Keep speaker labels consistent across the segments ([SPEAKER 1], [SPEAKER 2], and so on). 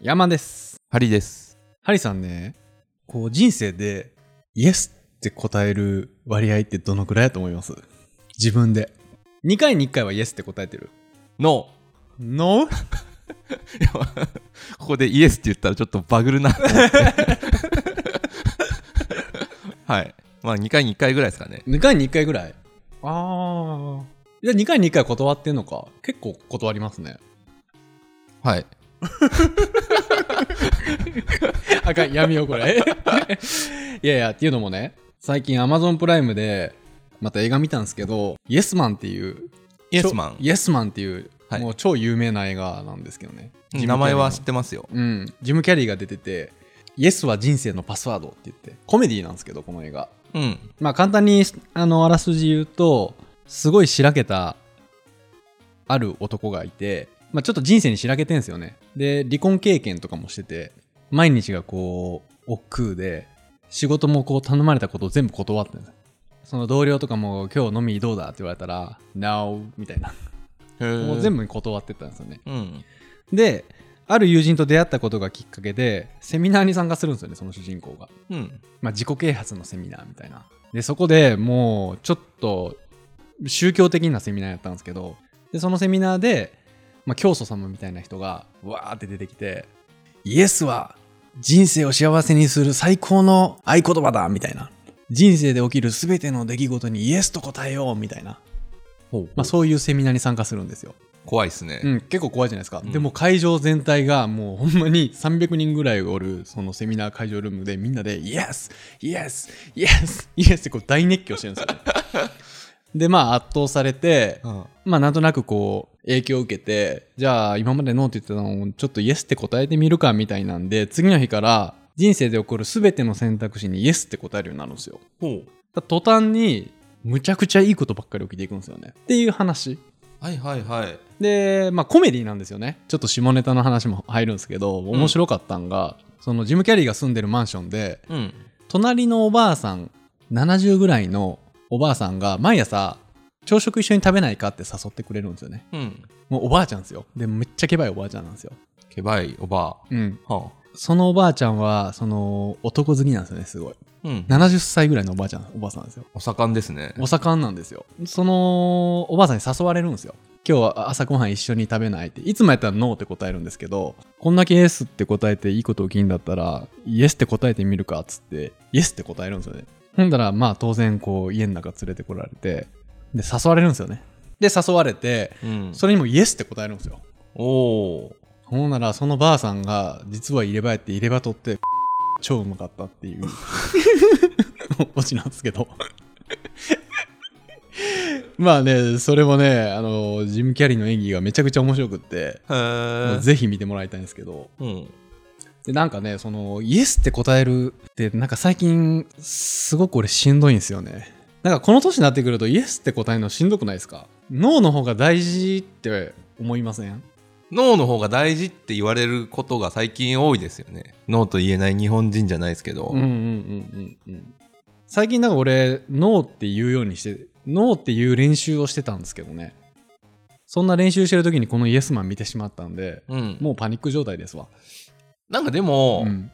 [SPEAKER 1] 山です。
[SPEAKER 2] ハリです。
[SPEAKER 1] ハリさんね、こう人生でイエスって答える割合ってどのくらいだと思います自分で。2回に1回はイエスって答えてる。
[SPEAKER 2] の、
[SPEAKER 1] No?
[SPEAKER 2] ここでイエスって言ったらちょっとバグるな と思って。はい。まあ、2回に1回ぐらいですかね。
[SPEAKER 1] 2回に1回ぐらいああ。じゃあ2回に1回断ってんのか。結構断りますね。
[SPEAKER 2] はい。
[SPEAKER 1] あかん、やめよう、これ。 いやいや、っていうのもね、最近 Amazon プライムで、また映画見たんですけど、イエスマンっていう、
[SPEAKER 2] イエスマ
[SPEAKER 1] ちょ
[SPEAKER 2] ン。
[SPEAKER 1] イエスマンっていう、
[SPEAKER 2] はい
[SPEAKER 1] もう超有名な映画なんですけどね。ジムキャリーの
[SPEAKER 2] 名前は知ってますよ。
[SPEAKER 1] うん、ジム・キャリーが出てて、イエスは人生のパスワードって言って、コメディなんですけど、この映画。
[SPEAKER 2] うん。
[SPEAKER 1] まあ、簡単に、あの、あらすじ言うと、すごいしらけた、ある男がいて、まあ、ちょっと人生にしらけてんすよね。で、離婚経験とかもしてて、毎日がこう、億劫で、仕事もこう頼まれたことを全部断ってんのその同僚とかも今日飲みどうだって言われたら、No! みたいな。もう全
[SPEAKER 2] 部。
[SPEAKER 1] 部断ってたんですよね。
[SPEAKER 2] うん。
[SPEAKER 1] である友人と出会ったことがきっかけでセミナーに参加するんですよねその主人公が、
[SPEAKER 2] うん。
[SPEAKER 1] まあ、自己啓発のセミナーみたいなでそこでもうちょっと宗教的なセミナーやったんですけどでそのセミナーで、まあ、教祖様みたいな人がわーって出てきてイエスは人生を幸せにする最高の合言葉だみたいな人生で起きる全ての出来事にイエスと答えようみたいな、まあ、そういうセミナーに参加するんですよ
[SPEAKER 2] 怖いっすね。
[SPEAKER 1] うん、結構怖いじゃないですか、
[SPEAKER 2] うん
[SPEAKER 1] でも会場全体がもうほんまに300人ぐらいおるそのセミナー会場ルームでみんなで「イエスイエスイエスイエス」ってこう大熱狂してるんですよ でまあ圧倒されて
[SPEAKER 2] うん。
[SPEAKER 1] まあなんとなくこう影響を受けてじゃあ今までノーって言ってたのをちょっとイエスって答えてみるかみたいなんで次の日から人生で起こる全ての選択肢にイエスって答えるようになるんですよ
[SPEAKER 2] ほう。
[SPEAKER 1] だから途端にむちゃくちゃいいことばっかり起きていくんですよねっていう話
[SPEAKER 2] はいはいはい。
[SPEAKER 1] で、まあ、コメディなんですよねちょっと下ネタの話も入るんですけど面白かったんが、そのジム・キャリーが住んでるマンションで
[SPEAKER 2] うん。
[SPEAKER 1] 隣のおばあさん70ぐらいのおばあさんが毎朝朝食一緒に食べないかって誘ってくれるんですよね
[SPEAKER 2] うん。
[SPEAKER 1] もうおばあちゃんですよでめっちゃケバいおばあちゃんなんですよ
[SPEAKER 2] けばいおば
[SPEAKER 1] うん
[SPEAKER 2] あ。は
[SPEAKER 1] そのおばあちゃんはその男好きなんですよねすごい
[SPEAKER 2] あ。うん。
[SPEAKER 1] 70歳ぐらいのおばあちゃんおばあさんなんですよ
[SPEAKER 2] お盛んですね。
[SPEAKER 1] お盛んなんですよそのおばあさんに誘われるんですよ今日は朝ごはん一緒に食べないっていつもやったらノーって答えるんですけどこんだけイエスって答えていいこと起きんだったらイエスって答えてみるかっつってイエスって答えるんですよねほんだらまあ当然こう家の中連れてこられてで誘われるんですよねで誘われて
[SPEAKER 2] うん。
[SPEAKER 1] それにもイエスって答えるんですよ
[SPEAKER 2] おー。
[SPEAKER 1] ほんならそのばあさんが実は入れ歯やって入れ歯取って 超うまかったっていう オチなんですけど まあねそれもねあのジム・キャリーの演技がめちゃくちゃ面白くって、
[SPEAKER 2] へ
[SPEAKER 1] もう
[SPEAKER 2] ー。
[SPEAKER 1] ぜひ見てもらいたいんですけど
[SPEAKER 2] うん。
[SPEAKER 1] でなんかねそのイエスって答えるってなんか最近すごく俺しんどいんですよねなんかこの年になってくるとイエスって答えるのしんどくないですか脳の方が大事って思いません
[SPEAKER 2] 脳の方が大事って言われることが最近多いですよね。脳と言えない日本人じゃないですけど。
[SPEAKER 1] うんうんうんうんうん最近なんか俺ノーって言うようにしてノーっていう練習をしてたんですけどねそんな練習してる時にこのイエスマン見てしまったんで
[SPEAKER 2] うん
[SPEAKER 1] もうパニック状態ですわ、
[SPEAKER 2] なんかでも、
[SPEAKER 1] うん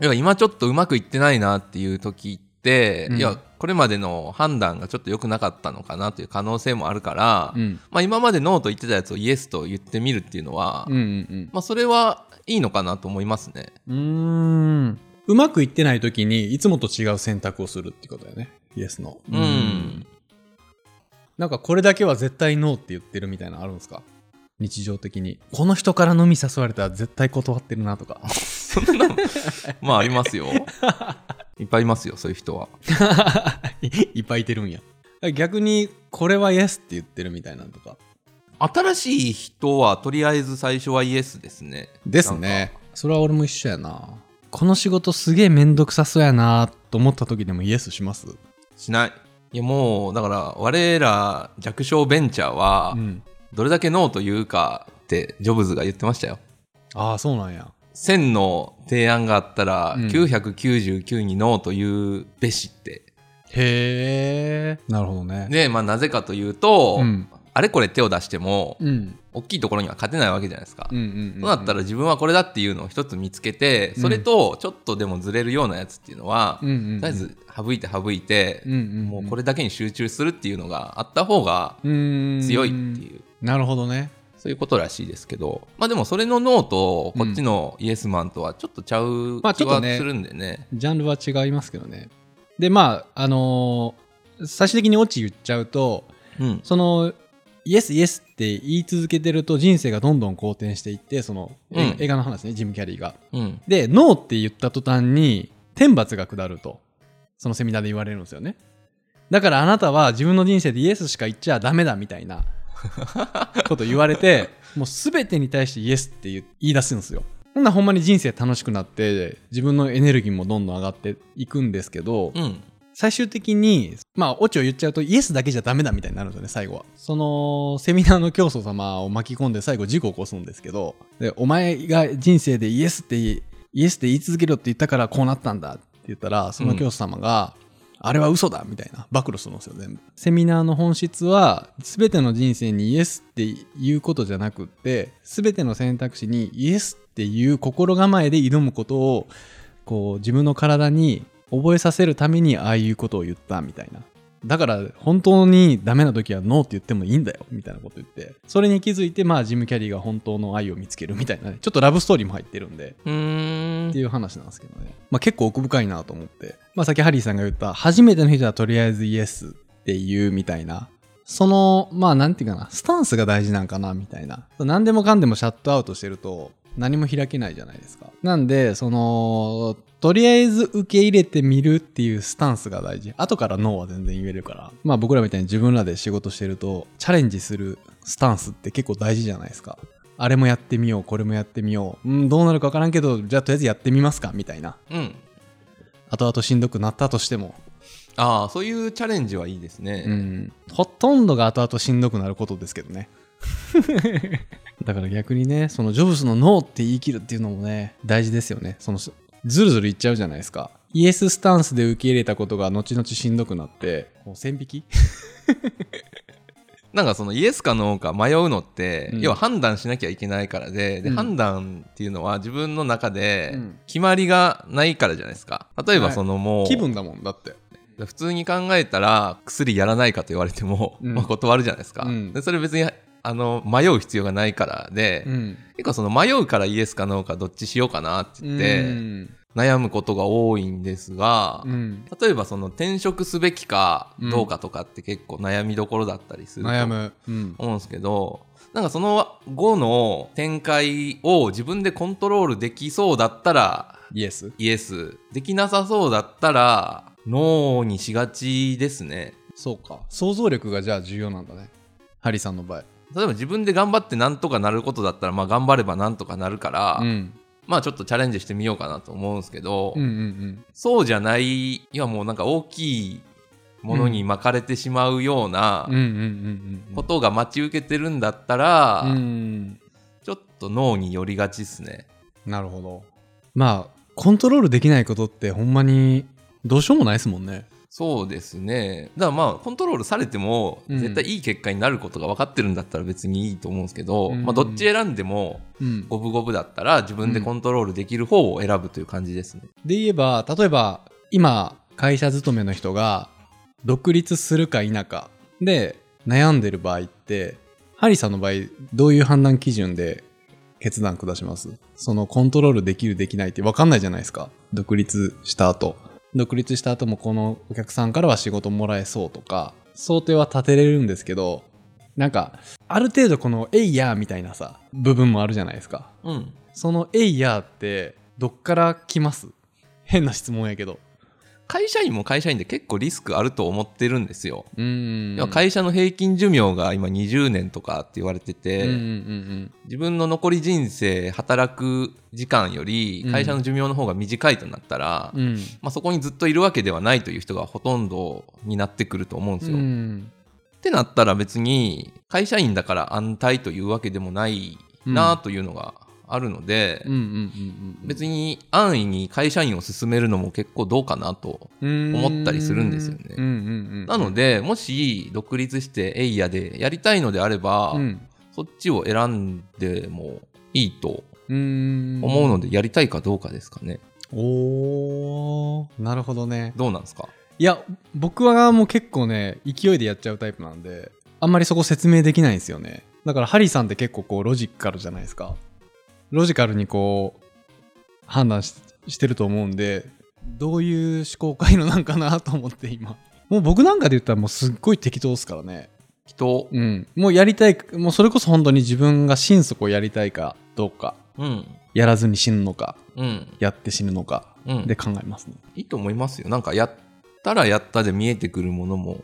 [SPEAKER 2] いや今ちょっとうまくいってないなっていう時って、
[SPEAKER 1] うん
[SPEAKER 2] いやこれまでの判断がちょっと良くなかったのかなという可能性もあるから、
[SPEAKER 1] うん、
[SPEAKER 2] まあ、今までノーと言ってたやつをイエスと言ってみるっていうのは、
[SPEAKER 1] うんうん
[SPEAKER 2] まあ、それはいいのかなと思いますね。
[SPEAKER 1] うんうーんうまくいってない時にいつもと違う選択をするってことだよねイエスの
[SPEAKER 2] うん
[SPEAKER 1] なんかこれだけは絶対ノーって言ってるみたいなのあるんですか日常的にこの人から飲み誘われたら絶対断ってるなとか
[SPEAKER 2] そんなのまあありま すよ。いっぱいいますよそういう人は。
[SPEAKER 1] いっぱいいてるんや逆にこれはイエスって言ってるみたいなのとか
[SPEAKER 2] 新しい人はとりあえず最初はイエスですね。
[SPEAKER 1] ですねそれは俺も一緒やなこの仕事すげえめんどくさそうやなと思った時でもイエスします
[SPEAKER 2] しない。いやもうだから我ら弱小ベンチャーは、
[SPEAKER 1] うん、
[SPEAKER 2] どれだけノーと言うかってジョブズが言ってましたよ
[SPEAKER 1] ああそうなんや
[SPEAKER 2] 1000の提案があったら
[SPEAKER 1] うん
[SPEAKER 2] 999にノーと言うべしって、
[SPEAKER 1] へえなるほどね
[SPEAKER 2] でまあなぜかというと、
[SPEAKER 1] うん
[SPEAKER 2] あれこれ手を出しても、
[SPEAKER 1] うん
[SPEAKER 2] 大きいところには勝てないわけじゃないですか、
[SPEAKER 1] うんうんうん
[SPEAKER 2] そうなったら自分はこれだっていうのを一つ見つけて、それとちょっとでもずれるようなやつっていうのは、
[SPEAKER 1] うんうんうん
[SPEAKER 2] とりあえず省いて省いて、
[SPEAKER 1] うんうんん
[SPEAKER 2] もうこれだけに集中するっていうのがあった方が
[SPEAKER 1] うーん
[SPEAKER 2] 強いっていう、
[SPEAKER 1] なるほどね
[SPEAKER 2] そういうことらしいですけど、まあでもそれの脳とこっちのイエスマンとはちょっとちゃう
[SPEAKER 1] まあ
[SPEAKER 2] 気
[SPEAKER 1] ちょっと
[SPEAKER 2] は
[SPEAKER 1] ね
[SPEAKER 2] するんでね。
[SPEAKER 1] ジャンルは違いますけどねでまああのー最終的にオチ言っちゃうと
[SPEAKER 2] うん。
[SPEAKER 1] そのイエスイエスって言い続けてると人生がどんどん好転していってその、
[SPEAKER 2] うん
[SPEAKER 1] 映画の話ねジム・キャリーが
[SPEAKER 2] うん。
[SPEAKER 1] でノーって言った途端に天罰が下るとそのセミナーで言われるんですよねだからあなたは自分の人生でイエスしか言っちゃダメだみたい なこと言われてもう全てに対してイエスって言う言い出すんですよほんならほんまに人生楽しくなって自分のエネルギーもどんどん上がっていくんですけど、
[SPEAKER 2] うん。
[SPEAKER 1] 最終的にまあオチを言っちゃうとイエスだけじゃダメだみたいになるんですよね最後はそのセミナーの教祖様を巻き込んで最後事故を起こすんですけどでお前が人生でイエスってイエスって言い続けろって言ったからこうなったんだって言ったらその教祖様が、あれは嘘だみたいな暴露するんですよ全部セミナーの本質は全ての人生にイエスっていうことじゃなくって全ての選択肢にイエスっていう心構えで挑むことをこう自分の体に覚えさせるためにああいうことを言ったみたいなだから本当にダメな時はノーって言ってもいいんだよみたいなこと言ってそれに気づいてまあジム・キャリーが本当の愛を見つけるみたいなねちょっとラブストーリーも入ってるんで
[SPEAKER 2] うーん
[SPEAKER 1] っていう話なんですけどね、まあ、結構奥深いなと思って、まあ、さっきハリーさんが言った初めての人はとりあえずイエスっていうみたいなそのまあなんていうかなスタンスが大事なんかなみたいな何でもかんでもシャットアウトしてると何も開けないじゃないですかなんでそのとりあえず受け入れてみるっていうスタンスが大事後からノーは全然言えるからまあ僕らみたいに自分らで仕事してるとチャレンジするスタンスって結構大事じゃないですかあれもやってみようこれもやってみよう、うん、どうなるか分からんけどじゃあとりあえずやってみますかみたいな
[SPEAKER 2] うん。
[SPEAKER 1] 後々しんどくなったとしても、
[SPEAKER 2] ああ、そういうチャレンジはいいですね。
[SPEAKER 1] うん、ほとんどが後々しんどくなることですけど ねだから逆にねそのジョブスのノーって言い切るっていうのもね大事ですよねそのずるずるいっちゃうじゃないですかイエススタンスで受け入れたことが後々しんどくなってこう線引き
[SPEAKER 2] なんかそのイエスかノーか迷うのって、
[SPEAKER 1] うん
[SPEAKER 2] 要は判断しなきゃいけないからでで、
[SPEAKER 1] うん
[SPEAKER 2] 判断っていうのは自分の中で
[SPEAKER 1] うん
[SPEAKER 2] 決まりがないからじゃないですか例えば
[SPEAKER 1] はい
[SPEAKER 2] そのもう、
[SPEAKER 1] 気分だもんだって
[SPEAKER 2] 普通に考えたら薬やらないかと言われても、
[SPEAKER 1] うん
[SPEAKER 2] まあ、断るじゃないですか、
[SPEAKER 1] うん
[SPEAKER 2] でそれ別にあの迷う必要がないからで、
[SPEAKER 1] うん
[SPEAKER 2] 結構その迷うからイエスかノーかどっちしようかなって言って、
[SPEAKER 1] うん
[SPEAKER 2] 悩むことが多いんですが、
[SPEAKER 1] うん
[SPEAKER 2] 例えばその転職すべきかどうかとかって結構悩みどころだったりすると
[SPEAKER 1] 悩む、うん、
[SPEAKER 2] 思うんですけどなんかその後の展開を自分でコントロールできそうだったら
[SPEAKER 1] イエス
[SPEAKER 2] イエスできなさそうだったらノーにしがちですね
[SPEAKER 1] そうか想像力がじゃあ重要なんだねハリさんの場合
[SPEAKER 2] 例えば自分で頑張ってなんとかなることだったらまあ頑張ればなんとかなるから、
[SPEAKER 1] うん、
[SPEAKER 2] まあちょっとチャレンジしてみようかなと思うんですけど、
[SPEAKER 1] うんうん
[SPEAKER 2] そうじゃないいやもうなんか大きいものに巻かれてしまうような
[SPEAKER 1] うんうんうんうんうん
[SPEAKER 2] ことが待ち受けてるんだったら、
[SPEAKER 1] うん
[SPEAKER 2] ちょっとノーに寄りがちですね。
[SPEAKER 1] なるほどまあコントロールできないことってほんまにどうしようもないですもんね
[SPEAKER 2] そうですね。だからまあ、コントロールされても、
[SPEAKER 1] うん
[SPEAKER 2] 絶対いい結果になることが分かってるんだったら別にいいと思うんですけど、
[SPEAKER 1] うん
[SPEAKER 2] まあ、どっち選んでも、
[SPEAKER 1] うん
[SPEAKER 2] 五分五分だったら自分でコントロールできる方を選ぶという感じですね。
[SPEAKER 1] で言えば例えば今会社勤めの人が独立するか否かで悩んでる場合ってハリさんの場合どういう判断基準で決断下しますそのコントロールできるできないって分かんないじゃないですか独立した後独立した後もこのお客さんからは仕事もらえそうとか想定は立てれるんですけどなんかある程度この「えいや」みたいなさ部分もあるじゃないですか
[SPEAKER 2] うん。
[SPEAKER 1] その「エイヤー」ってどっから来ます変な質問やけど
[SPEAKER 2] 会社員も会社員で結構リスクあると思ってるんですよ。
[SPEAKER 1] うーん
[SPEAKER 2] 要は会社の平均寿命が今20年とかって言われてて、
[SPEAKER 1] うんうんうん
[SPEAKER 2] 自分の残り人生働く時間より会社の寿命の方が短いとなったら、
[SPEAKER 1] うんうん
[SPEAKER 2] まあ、そこにずっといるわけではないという人がほとんどになってくると思うんですよ。
[SPEAKER 1] うん
[SPEAKER 2] ってなったら別に会社員だから安泰というわけでもないなというのがあるので、
[SPEAKER 1] うんうんうんうん
[SPEAKER 2] 別に安易に会社員を進めるのも結構どうかなと。思ったりするんですよね
[SPEAKER 1] うんうんうん、
[SPEAKER 2] なので、もし独立してエイヤでやりたいのであれば、
[SPEAKER 1] うん、
[SPEAKER 2] そっちを選んでもいいと
[SPEAKER 1] うん
[SPEAKER 2] 思うので、やりたいかどうかですかね。
[SPEAKER 1] おーなるほどね
[SPEAKER 2] どうなんですか
[SPEAKER 1] いや僕はもう結構ね勢いでやっちゃうタイプなんであんまりそこ説明できないんですよねだからハリーさんって結構こうロジカルじゃないですかロジカルにこう判断ししてると思うんでどういう思考回路なんかなと思って今もう僕なんかで言ったらもうすっごい適当ですからね
[SPEAKER 2] 人、
[SPEAKER 1] うんもうやりたいもうそれこそ本当に自分が心底やりたいかどうか
[SPEAKER 2] うん、
[SPEAKER 1] やらずに死ぬのか
[SPEAKER 2] うん、
[SPEAKER 1] やって死ぬのか
[SPEAKER 2] うん。
[SPEAKER 1] で考えますね、
[SPEAKER 2] いいと思いますよ。なんかやったらやったで見えてくるものも。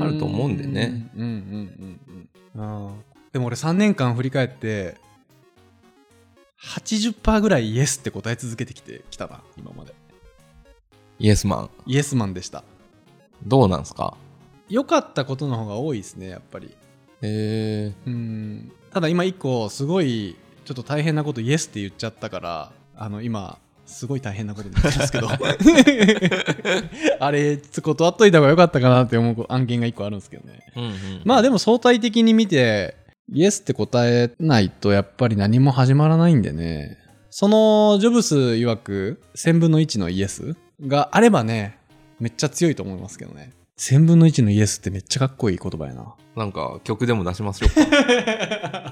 [SPEAKER 1] あ
[SPEAKER 2] あると思うんでね。
[SPEAKER 1] うんうんうんうんうん。でも俺3年間振り返って、80%ぐらいイエスって答え続けてきてきたな、今まで。
[SPEAKER 2] イエスマン、
[SPEAKER 1] イエスマンでした。
[SPEAKER 2] どうなんですか
[SPEAKER 1] 良かったことの方が多いですね、やっぱり。
[SPEAKER 2] へえ。
[SPEAKER 1] うん。ただ今一個、すごい、ちょっと大変なことイエスって言っちゃったから、あの、今、すごい大変なことになってますけど。 あれ、断っといた方が良かったかなって思う案件が一個あるんですけどね。
[SPEAKER 2] うんうん。
[SPEAKER 1] まあでも相対的に見て、イエスって答えないとやっぱり何も始まらないんでね。そのジョブス曰く1000分の1のイエスがあればね、めっちゃ強いと思いますけどね。1000分の1のイエスってめっちゃかっこいい言葉やな。
[SPEAKER 2] なんか曲でも出しましょうか。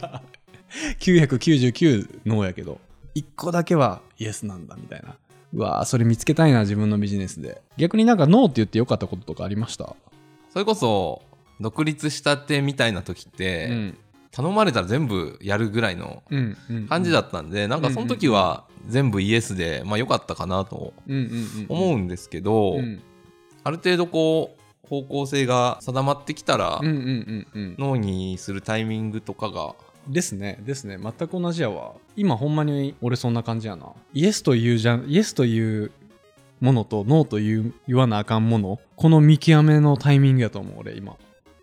[SPEAKER 1] 999ノーやけど、1個だけはイエスなんだみたいな。うわーそれ見つけたいな、自分のビジネスで。逆になんかノーって言ってよかったこととかありました
[SPEAKER 2] それこそ、独立したてみたいな時って、
[SPEAKER 1] うん。
[SPEAKER 2] 頼まれたら全部やるぐらいの
[SPEAKER 1] うん。うん
[SPEAKER 2] 感じだったんで、なんかその時は全部イエスで、まあ良かったかなと
[SPEAKER 1] うんうんうん。
[SPEAKER 2] 思うんですけど、
[SPEAKER 1] うん
[SPEAKER 2] ある程度こう、方向性が定まってきたら、
[SPEAKER 1] うんうんうんうん。
[SPEAKER 2] 脳にするタイミングとかが、
[SPEAKER 1] ですねですね全く同じやわ今ほんまに俺そんな感じやなイエスというじゃんイエスというものとノーという言わなあかんものこの見極めのタイミングやと思う俺今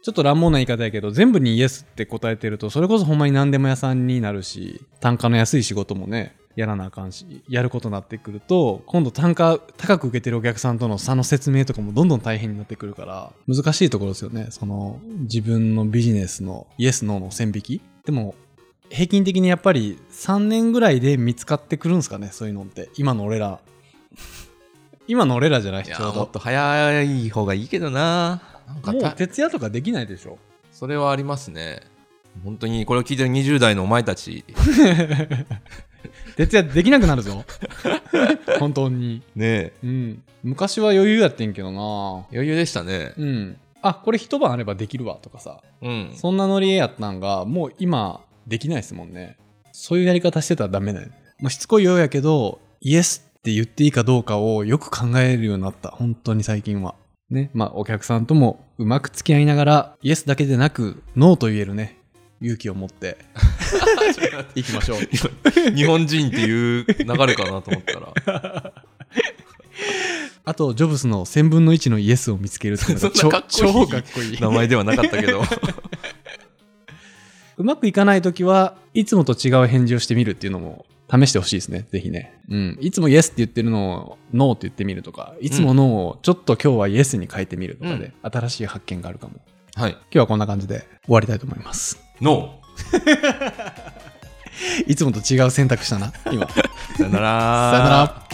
[SPEAKER 1] ちょっと乱暴な言い方やけど全部にイエスって答えてるとそれこそほんまに何でも屋さんになるし単価の安い仕事もねやらなあかんしやることになってくると今度単価高く受けてるお客さんとの差の説明とかもどんどん大変になってくるから難しいところですよねその自分のビジネスのイエスノーの線引きでも平均的にやっぱり3年ぐらいで見つかってくるんですかねそういうのって今の俺ら今の俺らじゃない
[SPEAKER 2] い
[SPEAKER 1] ち
[SPEAKER 2] や
[SPEAKER 1] ょう
[SPEAKER 2] ーもっ
[SPEAKER 1] ど
[SPEAKER 2] と早い方がいいけどな。なんか
[SPEAKER 1] も
[SPEAKER 2] た
[SPEAKER 1] う徹夜とかできないでしょ
[SPEAKER 2] それはありますね。本当にこれを聞いてる20代のお前たち、
[SPEAKER 1] 徹夜できなくなるぞ 本当に
[SPEAKER 2] ね
[SPEAKER 1] うん昔は余裕やってんけどな
[SPEAKER 2] 余裕でしたね。
[SPEAKER 1] うんあこれ一晩あればできるわとかさ
[SPEAKER 2] うん。
[SPEAKER 1] そんなノリやったんがもう今できないですもんねそういうやり方してたらダメだよね、まあ、しつこいようやけどイエスって言っていいかどうかをよく考えるようになった本当に最近はねまあお客さんともうまく付き合いながらイエスだけでなくノーと言えるね勇気を持っていきましょう
[SPEAKER 2] 日本人っていう流れかなと 思ったら。
[SPEAKER 1] あと、ジョブスの1000分の1のイエスを見つけるっていうの
[SPEAKER 2] そんな
[SPEAKER 1] が
[SPEAKER 2] かっ
[SPEAKER 1] 超
[SPEAKER 2] こいい
[SPEAKER 1] 超かっこい い。
[SPEAKER 2] 名前ではなかった けど。
[SPEAKER 1] うまくいかないときはいつもと違う返事をしてみるっていうのも試してほしいですね、ぜひね。うん。いつもイエスって言ってるのをノーって言ってみるとか、いつもノーをちょっと今日はイエスに変えてみるとかで、新しい発見があるかも。今
[SPEAKER 2] はい。
[SPEAKER 1] 日はこんな感じで終わりたいと思います。
[SPEAKER 2] ノ
[SPEAKER 1] いつもと違う選択したな、今。さよ
[SPEAKER 2] ー。さよなら。
[SPEAKER 1] なら。